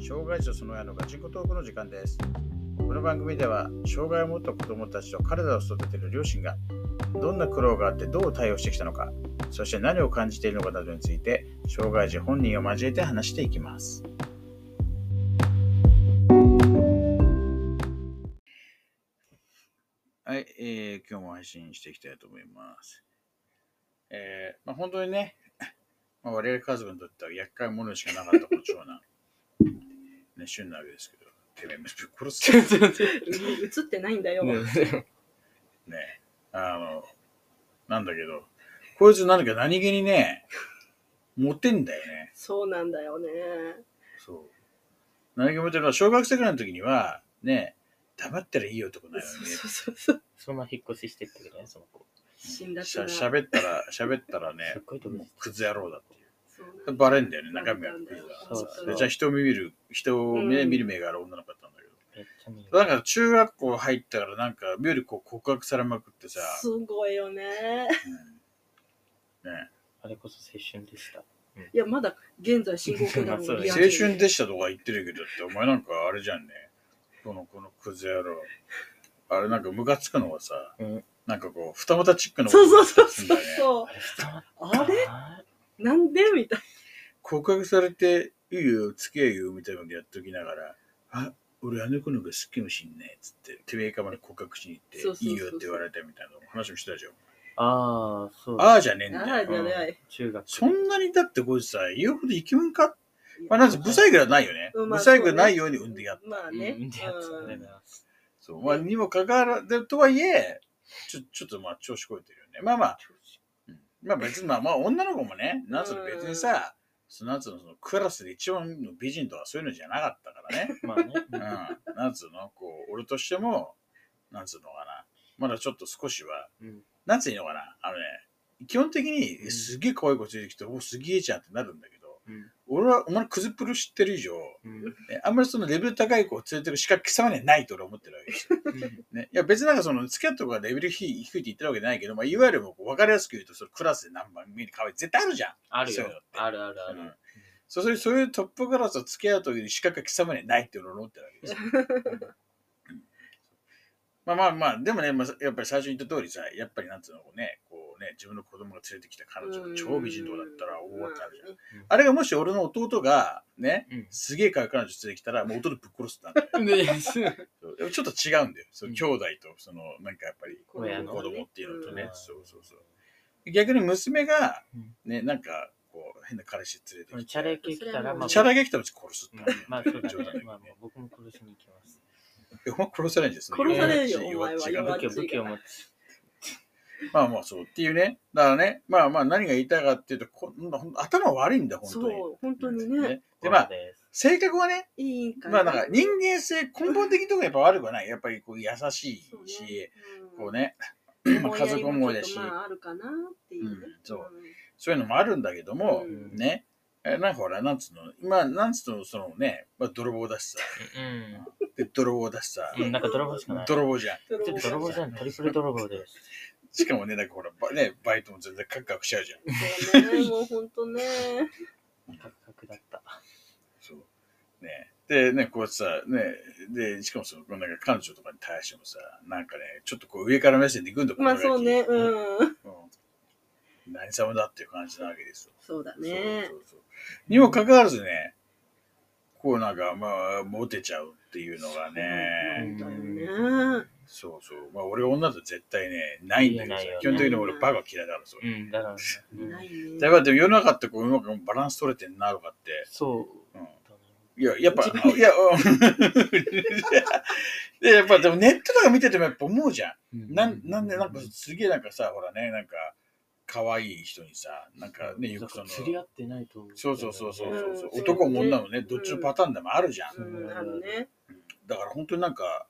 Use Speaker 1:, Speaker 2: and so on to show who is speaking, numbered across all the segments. Speaker 1: 障害者その親のガチンコトークの時間ですこの番組では障害を持った子どもたちと体を育てている両親がどんな苦労があってどう対応してきたのかそして何を感じているのかなどについて障害児本人を交えて話していきますはい、えー今日も配信していきたいと思いますえーまあ、本当にね、まあ、我々家族にとっては厄介者にしかなかったこの長男ね旬なわけですけどてめえぶっ殺すぞ
Speaker 2: 映ってないんだよ。
Speaker 1: ね、あの、なんだけど、こいつ何か何気にね、モテんだよね。
Speaker 2: そうなんだよね。
Speaker 1: そう。何気にモテるのは、小学生ぐらいの時には、ね、黙ったらいい男だよね。
Speaker 2: そうそうそうそう。
Speaker 3: そのまま引っ越ししてってことね、その子。
Speaker 2: 死んだ
Speaker 1: しゃ喋ったら、喋ったら
Speaker 3: す
Speaker 1: ね
Speaker 3: っ、ごいとこ
Speaker 1: もうクズ野郎だっていう。
Speaker 2: そうなんだ
Speaker 1: バレんだよね、中身がクズだ
Speaker 3: そうそう
Speaker 1: で。じゃあ人を見る、人をね、
Speaker 2: うん
Speaker 1: 見る目がある女の子だったんだけど。
Speaker 3: めっちゃ見
Speaker 1: なんか中学校入ったからなんか、よりこう告白されまくってさ、
Speaker 2: すごいよね。
Speaker 1: うんね、
Speaker 3: あれこそ青春でした。
Speaker 2: いや、まだ現在進行形だ
Speaker 3: ま
Speaker 2: も
Speaker 3: あ
Speaker 2: ん
Speaker 3: そうだね
Speaker 2: リア
Speaker 1: 青
Speaker 2: 充に
Speaker 1: 春でしたとか言ってるけどって、お前なんかあれじゃんね。この、このクズ野郎。あれなんかムカつくのはさ、
Speaker 3: うん
Speaker 1: なんかこう、二股チックの
Speaker 2: そうそうそう
Speaker 1: ムカつくん
Speaker 2: そ
Speaker 1: だ
Speaker 2: う
Speaker 1: よね
Speaker 2: そう。
Speaker 3: あれ太っ
Speaker 2: あれなんでみたい
Speaker 1: 告白されて、いいよ、付き合いよ、みたいなのやっときながら、あ、俺あの子の方が好きかもしんないっつって、てめえかまで告白しに
Speaker 2: そ
Speaker 1: 行
Speaker 2: う
Speaker 1: っ
Speaker 2: そ
Speaker 1: て、い
Speaker 2: うそう
Speaker 1: いよって言われたみたいな話もしてたじゃん。
Speaker 3: ああ、そう
Speaker 1: あ
Speaker 3: だ。
Speaker 1: あじゃねえん
Speaker 2: な。
Speaker 1: だ
Speaker 2: ああ、
Speaker 1: よ。
Speaker 2: じゃない。
Speaker 3: 中学。
Speaker 1: そんなにだってこいつさ、言うほどイケメンかまあなんせ、不細工ではないよね。
Speaker 2: うん
Speaker 1: 不
Speaker 2: まあ
Speaker 1: 細工でないように産んでやっ
Speaker 2: まあ
Speaker 3: うん
Speaker 2: ね。
Speaker 3: 見てやつだね
Speaker 1: そう、まあ、にもかかわらず、とはいえ、ちょ、ちょっとまあ、調子こいてるよね。まあまあ、うんまあ別に、まあまあ、女の子もね、なんつうの
Speaker 2: うん
Speaker 1: 別にさ、そのなんつうの、そのクラスで一番の美人とかそういうのじゃなかったから ね。
Speaker 3: まあね。
Speaker 1: うん。なんつうの、こう、俺としても、なんつうのかな。まだちょっと少しは、
Speaker 3: うん
Speaker 1: なんつうのかな。あのね、基本的に、
Speaker 3: うん
Speaker 1: えすげえ可愛い子ついてきて、おすげえじゃんってなるんだけど、
Speaker 3: うん
Speaker 1: 俺は、お前のクズプル知ってる以上、
Speaker 3: うん
Speaker 1: ねあんまりそのレベル高い子を連れてる資格貴様にはないと俺は思ってるわけです。
Speaker 3: うん
Speaker 1: ね、いや別になんかその付き合ったとかレベル低いって言ってるわけじゃないけど、まあ、いわゆるもう分かりやすく言うとそのクラスで何番目に可愛い絶対あるじゃん。
Speaker 3: ある
Speaker 1: そういうのっ
Speaker 3: よ。
Speaker 1: て
Speaker 3: あるあるあ
Speaker 1: う
Speaker 3: る
Speaker 1: ん。そうそういうそういうトップクラスと付き合うという資格が貴様にはないって俺は思ってるわけですよ。 まあまあまあ、でもね、まあ、やっぱり最初に言った通りさ、やっぱりなんつうのこうね、こうね、自分の子供が連れてきた彼女が超美人とかだったら
Speaker 2: うん
Speaker 1: 大わけあるじゃん。
Speaker 2: まあね
Speaker 1: あれがもし俺の弟がね、
Speaker 3: うん
Speaker 1: すげえ可愛い彼女連れてきたら、もう弟ぶっ殺すってなる。
Speaker 3: ね
Speaker 1: そうでもちょっと違うんだよ。その兄弟と、そのなんかやっぱり。
Speaker 3: 親の
Speaker 1: 子供っていうのとね、
Speaker 3: うん
Speaker 1: そうそうそう逆に娘が
Speaker 3: うん
Speaker 1: ねなんかこう変な彼氏連れてきて
Speaker 3: チャラ系来たら、まあ、
Speaker 1: チャラが来たらうち殺すって
Speaker 3: う
Speaker 1: い
Speaker 3: ん
Speaker 1: うね、
Speaker 3: まあ、そうだ
Speaker 1: 冗談だけ
Speaker 3: ね。
Speaker 1: ど
Speaker 3: まあ、も
Speaker 1: ね
Speaker 3: う僕も殺しに行きます。
Speaker 1: えお前殺されんじゃんその
Speaker 2: 殺
Speaker 3: され
Speaker 2: るよ
Speaker 1: 弱っち
Speaker 2: お前
Speaker 1: 弱
Speaker 2: は
Speaker 1: っ
Speaker 3: 武
Speaker 1: ち
Speaker 3: 器を、武器を持つ。
Speaker 1: まあまあそうっていうねだからねまあまあ何が言いたいかっていうとこほんとほんと頭悪いんだよ本当に
Speaker 2: そう、本当にね。
Speaker 1: でま
Speaker 3: こ
Speaker 1: あ
Speaker 3: れです
Speaker 1: 性格はね
Speaker 2: いいんか
Speaker 1: まあなんか人間性根本的にとこやっぱ悪くはないやっぱりこう優しい
Speaker 2: そうね
Speaker 1: し、
Speaker 2: うん
Speaker 1: こうね、まあ、
Speaker 2: 思
Speaker 1: 家
Speaker 2: やり
Speaker 1: 族
Speaker 2: も
Speaker 1: 思いだ
Speaker 2: ちょ
Speaker 1: し
Speaker 2: っとまああるかなっていうね
Speaker 1: うんそうそういうのもあるんだけども、
Speaker 2: うん
Speaker 1: ねえなんかほらなんつうの今なんつうのそのね、まあ、泥棒だしさで、泥棒だし さ、
Speaker 3: うん。うんなんか泥棒しかない。
Speaker 1: 泥棒じゃん。
Speaker 2: うん
Speaker 3: ちょっと泥棒じゃん、トリプル泥棒です。
Speaker 1: しかもね、なんかほら、ばね、バイトも全然カクカクしちゃうじゃん。
Speaker 2: そうねもう本当ね。
Speaker 3: カクカクだった。
Speaker 1: そう。ね。で、ね、こうやってさ、ね、で、しかもその、なんか彼女とかに対してもさ、なんかね、ちょっとこう上から目線で行くんだ
Speaker 2: まあそうね、うん。
Speaker 1: うん。何様だっていう感じなわけですよ。
Speaker 2: そうだね
Speaker 1: そ。うそうそうにもかかわらずね、こうなんか、まあ、モテちゃうっていうのが
Speaker 2: な
Speaker 1: ね、
Speaker 2: んだよね。
Speaker 1: そうそう。まあ俺が女だと絶対ね、ないんだけどさ
Speaker 3: いやないよ
Speaker 1: 基本
Speaker 3: ね
Speaker 1: 的に俺バカ嫌いだから、そう。
Speaker 3: うん、だから、うん
Speaker 2: ないね。
Speaker 1: だからでも世の中ってこううまくバランス取れてんなとかって。
Speaker 3: そう
Speaker 1: うん
Speaker 3: だね。
Speaker 1: いや、やっぱ、あいや、うん で、やっぱでもネットとか見ててもやっぱ思うじゃん。なんなんで、なんかすげえなんかさ、ほらね、なんか、可愛い人にさ、なんかね、よ
Speaker 3: なん
Speaker 1: くそ
Speaker 3: か
Speaker 1: の、
Speaker 3: 釣り合ってないと思う。
Speaker 1: そうそうそうそううんそう、
Speaker 2: そう
Speaker 1: 男も女もね、
Speaker 2: うん
Speaker 1: どっちのパターンでもあるじゃん。
Speaker 2: うん、あるね。
Speaker 1: だから本当になんか、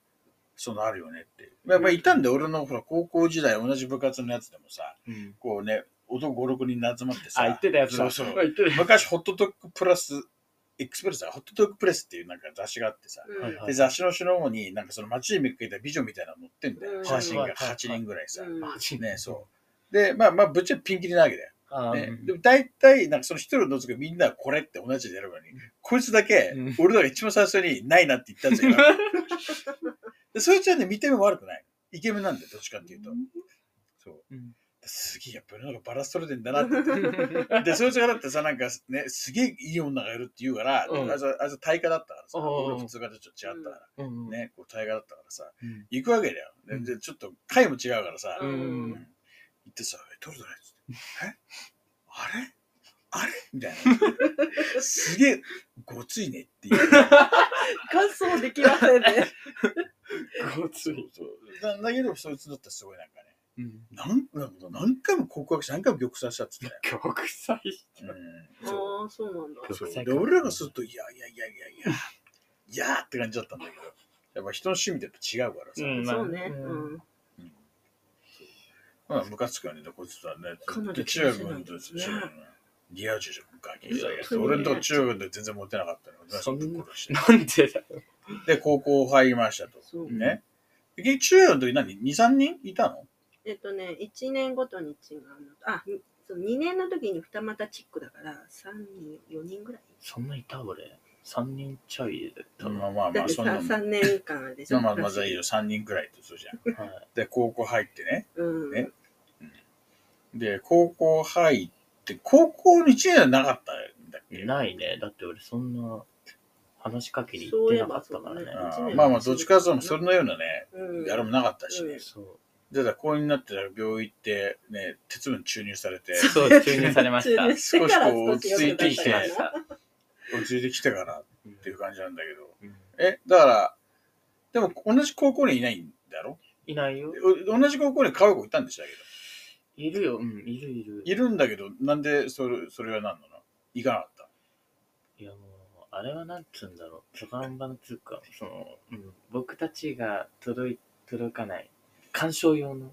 Speaker 1: そのあるよねって。まあ、まあ、いたんで、俺のほら、高校時代同じ部活のやつでもさ、
Speaker 3: うん。
Speaker 1: こうね、男5、6人で集まってさ、
Speaker 3: あ、言ってたやつだ。
Speaker 1: そうそう
Speaker 3: あ言ってたや
Speaker 1: 昔ホットドッグプラスエクスプレスだホットドッグプレスっていうなんか雑誌があってさ、
Speaker 2: うん
Speaker 3: はいはい
Speaker 1: で雑誌の後ろの方になんかその街で見かけた美女みたいなの載ってんだ
Speaker 2: う
Speaker 1: よ
Speaker 2: ん
Speaker 1: 写真
Speaker 3: はい
Speaker 1: が
Speaker 3: はいはい
Speaker 1: 8人ぐらいさ、
Speaker 2: うん
Speaker 1: ねそうでまあまあぶっちゃけピンキリなわけだよ
Speaker 3: あー
Speaker 1: ね、でも大体、なんかその一人を除くみんなはこれって同じでやるのに、こいつだけ
Speaker 3: うん、
Speaker 1: 俺らが一番最初にないなって言ったんですよ。 でそいつはね、見た目も悪くない。イケメンなんで、どっちかっていうと。そう。
Speaker 3: うん
Speaker 1: すげえ、やっぱりなんかバラス取れてんだなって。 で、そいつがだってさ、なんかね、すげえいい女がいるって言うから、
Speaker 3: うん
Speaker 1: あいつは、あいつは対価だったからさ、
Speaker 3: うんうんうん
Speaker 1: 俺普通がちょっと違ったから、
Speaker 3: うん
Speaker 1: ね、こう対価だったからさ、
Speaker 3: うん
Speaker 1: 行くわけだよ。
Speaker 3: うん
Speaker 1: で、でちょっと回も違うからさ、
Speaker 2: うん
Speaker 1: 行ってさ、え、どれどれっつって、えあれあれみたいな。すげえ、ごついねっていう。
Speaker 2: 感想できませんね。
Speaker 3: ごつい。
Speaker 1: そうだだけど、そいつだったらすごいなんかね、
Speaker 3: うん。
Speaker 1: なんなんか何回も告白して、何回も玉砕したって言って
Speaker 3: 玉砕
Speaker 1: たよ。うん。そう。
Speaker 2: ああ、そうなんだ。
Speaker 1: そう
Speaker 3: 玉砕
Speaker 1: で
Speaker 3: か
Speaker 1: 俺らがすると、いやいやいやいやいや、いやーって感じだったんだけど、やっぱ人の趣味ってやっぱ違うからさ、
Speaker 3: うん
Speaker 2: そうね。
Speaker 3: まあ
Speaker 2: うん。
Speaker 1: まあ、ムカつくよね、こいつはね。
Speaker 2: かなり気
Speaker 1: 中
Speaker 2: にしてな
Speaker 1: 国
Speaker 2: い
Speaker 1: と
Speaker 2: ですね
Speaker 1: 中国のリア充じゃん、ガキ
Speaker 3: いや
Speaker 1: いや
Speaker 2: そうね
Speaker 1: 俺のとこ中国で全然モテなかったの。
Speaker 3: そんな
Speaker 1: ぶっ殺して
Speaker 3: なんでだよ。
Speaker 1: で、高校入りましたと。
Speaker 2: そう。
Speaker 1: ね。で結局中学の時何 ?2、3人いたの
Speaker 2: えっとね、1年ごとに違うのと。あ、にそう2年の時に二股チックだから、3人、4人ぐらい。
Speaker 3: そんないた俺。三人ちょいで。多分
Speaker 1: まあまあま
Speaker 2: だっ
Speaker 1: あ、
Speaker 2: て
Speaker 1: そんな
Speaker 2: さ
Speaker 1: の。
Speaker 2: 3年間あれでし
Speaker 1: ま
Speaker 2: ょ。
Speaker 1: あまあ、まずはいいよ、3人くらいってそうじゃん。
Speaker 3: はい。
Speaker 1: で、高校入ってね。
Speaker 2: うん。
Speaker 1: ねで、高校入って、高校の1年はなかったんだっけ
Speaker 3: ないね。だって俺そんな話しかけに行っ
Speaker 2: そう
Speaker 3: て
Speaker 2: いえ
Speaker 3: なか
Speaker 2: ば
Speaker 3: っ
Speaker 2: そ
Speaker 3: た
Speaker 2: う
Speaker 3: か
Speaker 2: だ
Speaker 3: ら
Speaker 2: ね
Speaker 3: ね。
Speaker 1: あ
Speaker 2: 一
Speaker 1: ー
Speaker 2: 年
Speaker 1: まあまあ、どっちかというと、それのようなね、
Speaker 2: うん。
Speaker 1: あれもなかったしね。
Speaker 3: そ
Speaker 1: で、だから高2になってたら病院行って、ね、鉄分注入されて、
Speaker 3: う。そう、注入されまし
Speaker 2: 中
Speaker 3: た。
Speaker 2: 年してから
Speaker 1: 少しこう
Speaker 2: 良くな
Speaker 1: 落
Speaker 2: っ
Speaker 1: ち着いてき
Speaker 2: た
Speaker 1: て
Speaker 2: か
Speaker 1: ま
Speaker 2: な
Speaker 1: し落ち着いてきたかなっていう感じなんだけど。
Speaker 3: うん
Speaker 1: え、だから、でも同じ高校にいないんだろ
Speaker 3: いないよ。
Speaker 1: お同じ高校に可愛い子いたんでしたけど。
Speaker 3: いるよ。うん、いるいる。
Speaker 1: いるんだけど、なんでそれそれは何なの行かなかっ
Speaker 3: いやもう、あれはなんつうんだろう。図鑑版つうか、その、うん、僕たちが届い、届かない。鑑賞用の。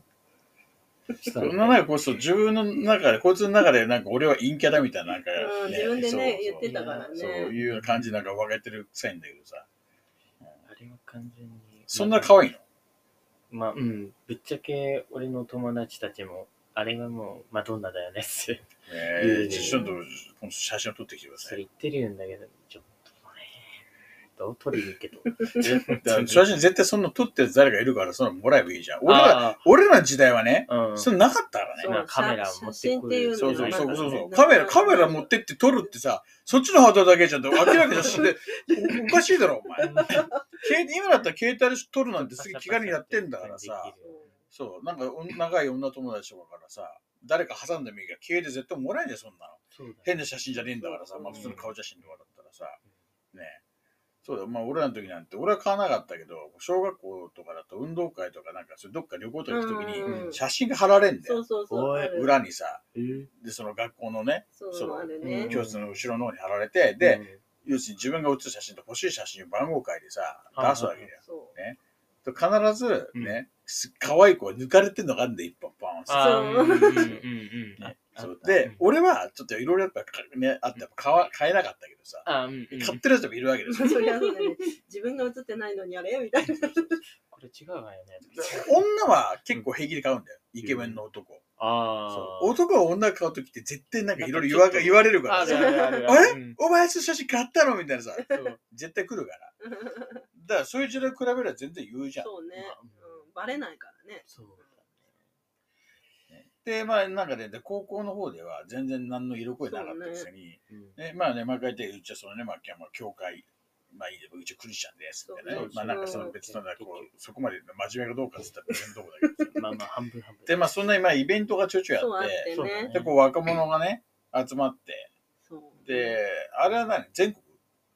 Speaker 1: た
Speaker 3: そ
Speaker 1: そんな中、こうそう自分の中で、こいつの中で、なんか俺は陰キャだみたいな、なんか、
Speaker 2: うん自分でね、言
Speaker 1: そう
Speaker 2: ってたから
Speaker 1: そうそう
Speaker 2: ね。
Speaker 1: いう感じなんか分かってるくさいんだけどさ。
Speaker 3: あれは完全に。
Speaker 1: そんな可
Speaker 3: い
Speaker 1: 愛いの
Speaker 3: まあ、うん。ぶっちゃけ、俺の友達たちも、あれはもう、マドンナだよねって。
Speaker 1: え
Speaker 3: う
Speaker 1: ー、
Speaker 3: ん
Speaker 1: ちょっと、この写真を撮ってきてくだ
Speaker 3: そ
Speaker 1: さい
Speaker 3: れ。言ってるんだけど、ちょっとね。どう取りに行けと。
Speaker 1: だ から写真絶対そんな撮ってるやつ誰かいるから、そんなのもらえばいいじゃん。俺ら、
Speaker 3: あ
Speaker 1: 俺らの時代はね、
Speaker 3: あ、うん。
Speaker 1: そんななかったからね
Speaker 2: そ。う
Speaker 3: なんかカメラ持
Speaker 2: 写
Speaker 3: って
Speaker 2: 真っ
Speaker 3: く
Speaker 2: てい
Speaker 3: る
Speaker 2: う
Speaker 1: そ
Speaker 2: の
Speaker 1: う
Speaker 2: が
Speaker 1: そう
Speaker 2: な
Speaker 1: そ
Speaker 2: か
Speaker 1: う
Speaker 2: った
Speaker 1: そう
Speaker 2: ね
Speaker 1: そう。カメラ、カメラ持ってって撮るってさ、そっちのハードルだけじゃんと明らかにして、おおかしいだろ、お前。携今だったら携帯で撮るなんてすげえ気軽にやってんだからさ。そう、なんかお長い女友達とかからさ、誰か挟んでもいいから、携帯絶対もらえねえ、そんなの。
Speaker 3: そうだ
Speaker 1: 変
Speaker 3: よ
Speaker 1: な写真じゃねえんだからさ、まあ普通の顔写真とかだったらさ、ねえ。そうだよ、まあ俺らの時なんて、俺は買わなかったけど、小学校とかだと運動会とかなんか、それどっか旅行とか行く時
Speaker 2: うん
Speaker 3: う
Speaker 1: に、
Speaker 3: ん
Speaker 1: 写真が貼られんだ
Speaker 2: そ
Speaker 1: よ。
Speaker 2: うそうそう。
Speaker 3: おい
Speaker 2: ある
Speaker 1: 裏にさ。
Speaker 3: えー
Speaker 1: で、その学校のね、
Speaker 2: そういうのある
Speaker 3: う
Speaker 2: ね
Speaker 3: ん。
Speaker 1: 教室の後ろの方に貼られて、で、、要するに自分が写る写真と欲しい写真を番号書いてさ、
Speaker 3: はい
Speaker 1: 出すわけだよ。
Speaker 2: そう。
Speaker 1: で必ず
Speaker 3: うん
Speaker 1: ね、す可愛い子が抜かれてんのがあんで、一本ポンって
Speaker 3: あ
Speaker 2: そう
Speaker 3: ーうんうんうんうん
Speaker 1: ね
Speaker 3: あ
Speaker 1: そう
Speaker 3: あ
Speaker 1: で
Speaker 3: うん、
Speaker 1: 俺はちょっといろいろやっぱ、ね、あってやっぱ買わ買えなかったけどさ、
Speaker 3: あうんうん
Speaker 1: 買ってる人もいるわけですよ。
Speaker 2: そりゃそうだ ね。自分が映ってないのにあれみたいな。
Speaker 3: これ違うわよね。
Speaker 1: 女は結構平気で買うんだよ。イケメンの男。
Speaker 3: あ
Speaker 1: そう男は女が買うときって絶対なんかいろいろ
Speaker 3: なんかちょっと
Speaker 1: 言われるから
Speaker 3: ある
Speaker 1: さ、
Speaker 3: あるある
Speaker 1: あれ
Speaker 3: うん
Speaker 1: お前その写真買ったのみたいなさ、
Speaker 3: そう
Speaker 1: 絶対来るから。だからそういう時代に比べれば全然言うじゃん。
Speaker 2: そうね
Speaker 3: まあ。
Speaker 2: うんバレないからね。
Speaker 3: そう
Speaker 1: で、まあ、なんかね、で高校の方では全然何の色恋なかったくせに、
Speaker 3: だね
Speaker 1: ねまあね、毎回言って、うちはそのね、まあ、今日は教会、まあいいでも、うちはクリスチャンですみたいなね
Speaker 3: そう
Speaker 1: まあなんかその別のね、こう、そこまで真面目かどうかって言ったら別のとこだけど
Speaker 3: うん。まあまあ、半分半分。
Speaker 1: で、まあ、そんなにまあイベントがちょいちょい
Speaker 2: そう
Speaker 1: あ
Speaker 2: あ
Speaker 1: っ、
Speaker 2: ってて
Speaker 3: そうだ
Speaker 2: ね
Speaker 3: ね。
Speaker 1: で、こう、若者がね、集まって、
Speaker 2: そう。
Speaker 1: で、あれは何全国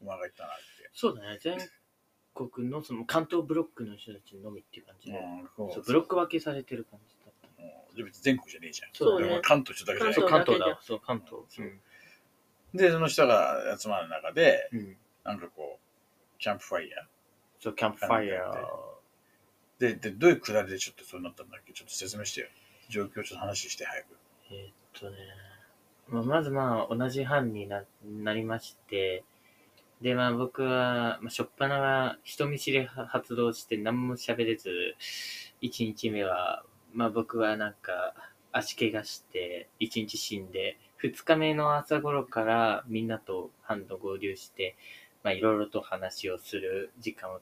Speaker 1: お前が言ったなっ
Speaker 3: そうだね。全国のその関東ブロックの人たちのみっていう感じ
Speaker 1: て。
Speaker 3: で、
Speaker 1: うん、そう
Speaker 3: そうブロック分けされてる感じだった。
Speaker 1: うんで別に全国じゃねえじゃん。
Speaker 2: そう
Speaker 1: だから
Speaker 2: ね
Speaker 1: 関東人だけじゃ
Speaker 2: そ
Speaker 3: そうう
Speaker 1: ない
Speaker 3: 関東
Speaker 2: だけ
Speaker 3: だわ。そう関東。
Speaker 1: うんで、その人が集まる中で、
Speaker 3: うん
Speaker 1: なんかこう、キャンプファイヤー。
Speaker 3: そうキャンプファイヤー。
Speaker 1: で、で、どういうくだりでちょっとそうなったんだっけちょっと説明してよ。状況ちょっと話して、早く。
Speaker 3: えーっとね、まあ、まずまあ同じ班にななりまして、でまあ僕は、まあ、初っ端は人見知りは発動して何も喋れず、1日目は、まあ僕はなんか、足怪我して、1日死んで、2日目の朝頃からみんなと班と合流して、まあ、いろいろと話をする時間を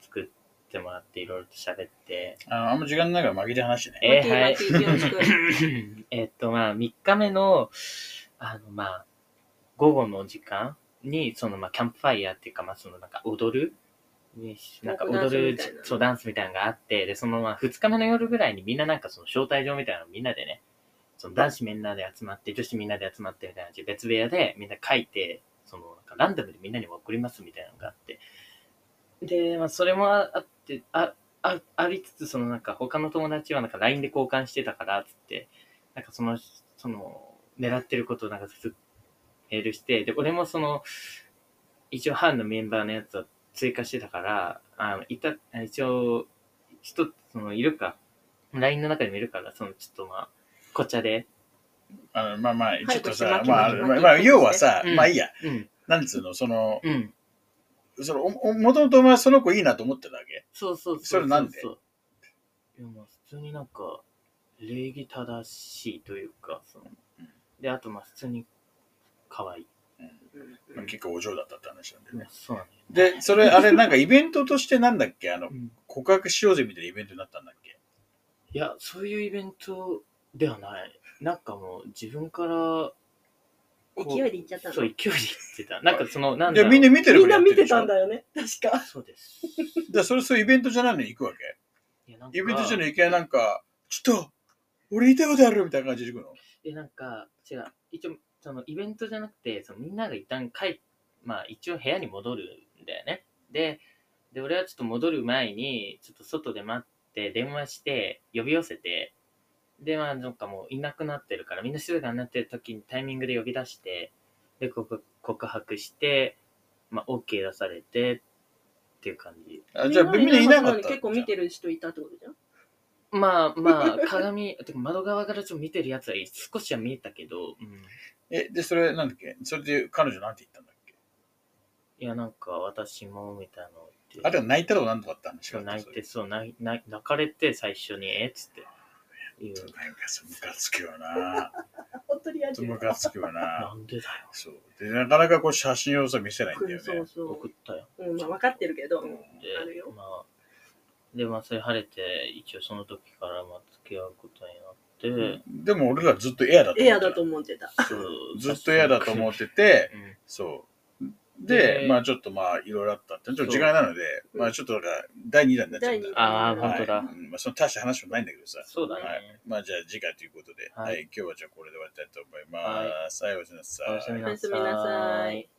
Speaker 3: 作ってもらって、いろいろと喋って、
Speaker 1: あのあんま時間ないから紛れ話ね。
Speaker 3: え
Speaker 2: マキ
Speaker 3: ー、
Speaker 2: ー
Speaker 3: はい
Speaker 2: マキーよろしく。
Speaker 3: えっと、まあ、3日目の、あの、まあ、午後の時間に、その、まあ、キャンプファイヤーっていうか、まあ、その、なんか、踊るになんか、
Speaker 2: フォーク
Speaker 3: 踊
Speaker 2: ダンスみた
Speaker 3: る
Speaker 2: いな、
Speaker 3: そう、ダンスみたいなのがあって、で、その、まあ、2日目の夜ぐらいにみんななんか、その、招待状みたいなのをみんなでね、その、男子みんなで集まって、女子みんなで集まってみたいな感じで、別部屋でみんな書いて、その、なんか、ランダムでみんなにも送りますみたいなのがあって、で、まあ、それもああって、あ、あありつつ、そのなんか他の友達はなんか LINE で交換してたから、つって、なんかその、その、狙ってることをなんかずっとメールして、で、俺もその、一応班のメンバーのやつを追加してたから、あの、いた、あ一応、人、その、いるか、LINE の中にもいるから、その、ちょっとまあ、こちゃで、
Speaker 1: あのまあまあ、ちょっとさ、
Speaker 2: 早くして
Speaker 1: まあ、
Speaker 2: 巻き巻き
Speaker 1: まあ、
Speaker 2: 巻き
Speaker 1: まあ、要はさ、
Speaker 3: うん
Speaker 1: まあいいや。
Speaker 3: うん、
Speaker 1: なんつうの、その、
Speaker 3: うん、
Speaker 1: その、おおもともとお前はその子いいなと思ってたわけ。
Speaker 3: そうそうそう。
Speaker 1: それなんで
Speaker 3: そういや、まあ、普通になんか、礼儀正しいというか、その
Speaker 1: うん、
Speaker 3: で、あとまあ、普通に、可愛い。
Speaker 1: まあ結構お嬢だったって話なんだよ
Speaker 3: ま
Speaker 1: ね。
Speaker 3: あそうなんだよね。
Speaker 1: で、それ、あれ、なんかイベントとしてなんだっけあの
Speaker 3: う、ん
Speaker 1: 告白しようぜみたいなイベントになったんだっけ
Speaker 3: いや、そういうイベントではない。なんかもう自分から、こう
Speaker 2: 勢いで行っちゃったの。
Speaker 3: そう、勢いで言ってた。なんかその、なん
Speaker 1: いや、
Speaker 3: だろう
Speaker 1: みんな見てる
Speaker 4: みん
Speaker 1: から
Speaker 4: な
Speaker 1: や
Speaker 4: 見
Speaker 1: っる
Speaker 4: て
Speaker 1: でしょ
Speaker 4: たん。だよね。確か。
Speaker 3: そうです。
Speaker 1: で、それ、そういうイベントじゃないのに行くわけ。
Speaker 3: いや、なんか、
Speaker 1: イベントじゃないのに行けないなんか、ちょっと、俺言いたいことあるみたいな感じで行くの。
Speaker 3: いやなんか、違う。一応、そのイベントじゃなくて、そのみんなが一旦帰っ、まあ一応部屋に戻るんだよね。で、で、俺はちょっと戻る前に、ちょっと外で待って、電話して、呼び寄せて、で、まあなんかもういなくなってるから、みんな静かになってる時にタイミングで呼び出して、で、告告白して、まあ OK 出されて、っていう感じ。
Speaker 1: あじゃあ、みんないなかった。
Speaker 2: 結構見てる人いたってことじゃん。
Speaker 3: まあまあ、鏡、てか窓側からちょっと見てるやつは少しは見えたけど、うん。
Speaker 1: え、で、それ、なんだっけそれで彼女なんて言ったんだっけ
Speaker 3: いや、なんか、私も、みたいなの言って。
Speaker 1: あれは泣いたろうなんとかって話
Speaker 3: そう泣いて、
Speaker 1: て。
Speaker 3: そう、泣い泣泣かれて、最初に、えっつって。言う
Speaker 1: そうなんかそうムカつくよな。
Speaker 4: 本当にやる。
Speaker 1: ムカつくよ
Speaker 3: な
Speaker 1: な。
Speaker 3: んでだよ。
Speaker 1: そう。で、なかなかこう写真をさ、見せないんだよ
Speaker 2: そ
Speaker 1: ね
Speaker 2: う。そ
Speaker 3: 送ったよ。
Speaker 2: う。うん、まあ分かってるけど。
Speaker 1: うん
Speaker 3: で
Speaker 2: あるよ、
Speaker 3: まあ、で、まあ、それ晴れて、一応その時から、まあ、付き合うことになって、
Speaker 1: でも俺らずっとエアだと思ってた
Speaker 2: エアだと思ってた。
Speaker 3: そう
Speaker 1: ずっと嫌だと思ってて、
Speaker 3: うん。
Speaker 1: そう。で、
Speaker 3: で
Speaker 1: まあちょっとまあいろいろあったって、ちょっと時間なので、
Speaker 2: うん
Speaker 1: まあちょっとだから第2弾になっちゃっ
Speaker 2: 第
Speaker 1: た。
Speaker 2: 2
Speaker 3: あー
Speaker 2: 弾。
Speaker 3: 本当だ
Speaker 1: はいうんまあその大した話もないんだけどさ。
Speaker 3: そうだね。
Speaker 1: はいまあじゃあ次回ということで、は、
Speaker 3: はいい
Speaker 1: 今日はじゃあこれで終わりたいと思います。はい、おやすみなさ
Speaker 3: おやすみ
Speaker 2: おや
Speaker 3: な
Speaker 2: す
Speaker 3: さ
Speaker 2: みなさ
Speaker 3: い
Speaker 2: い。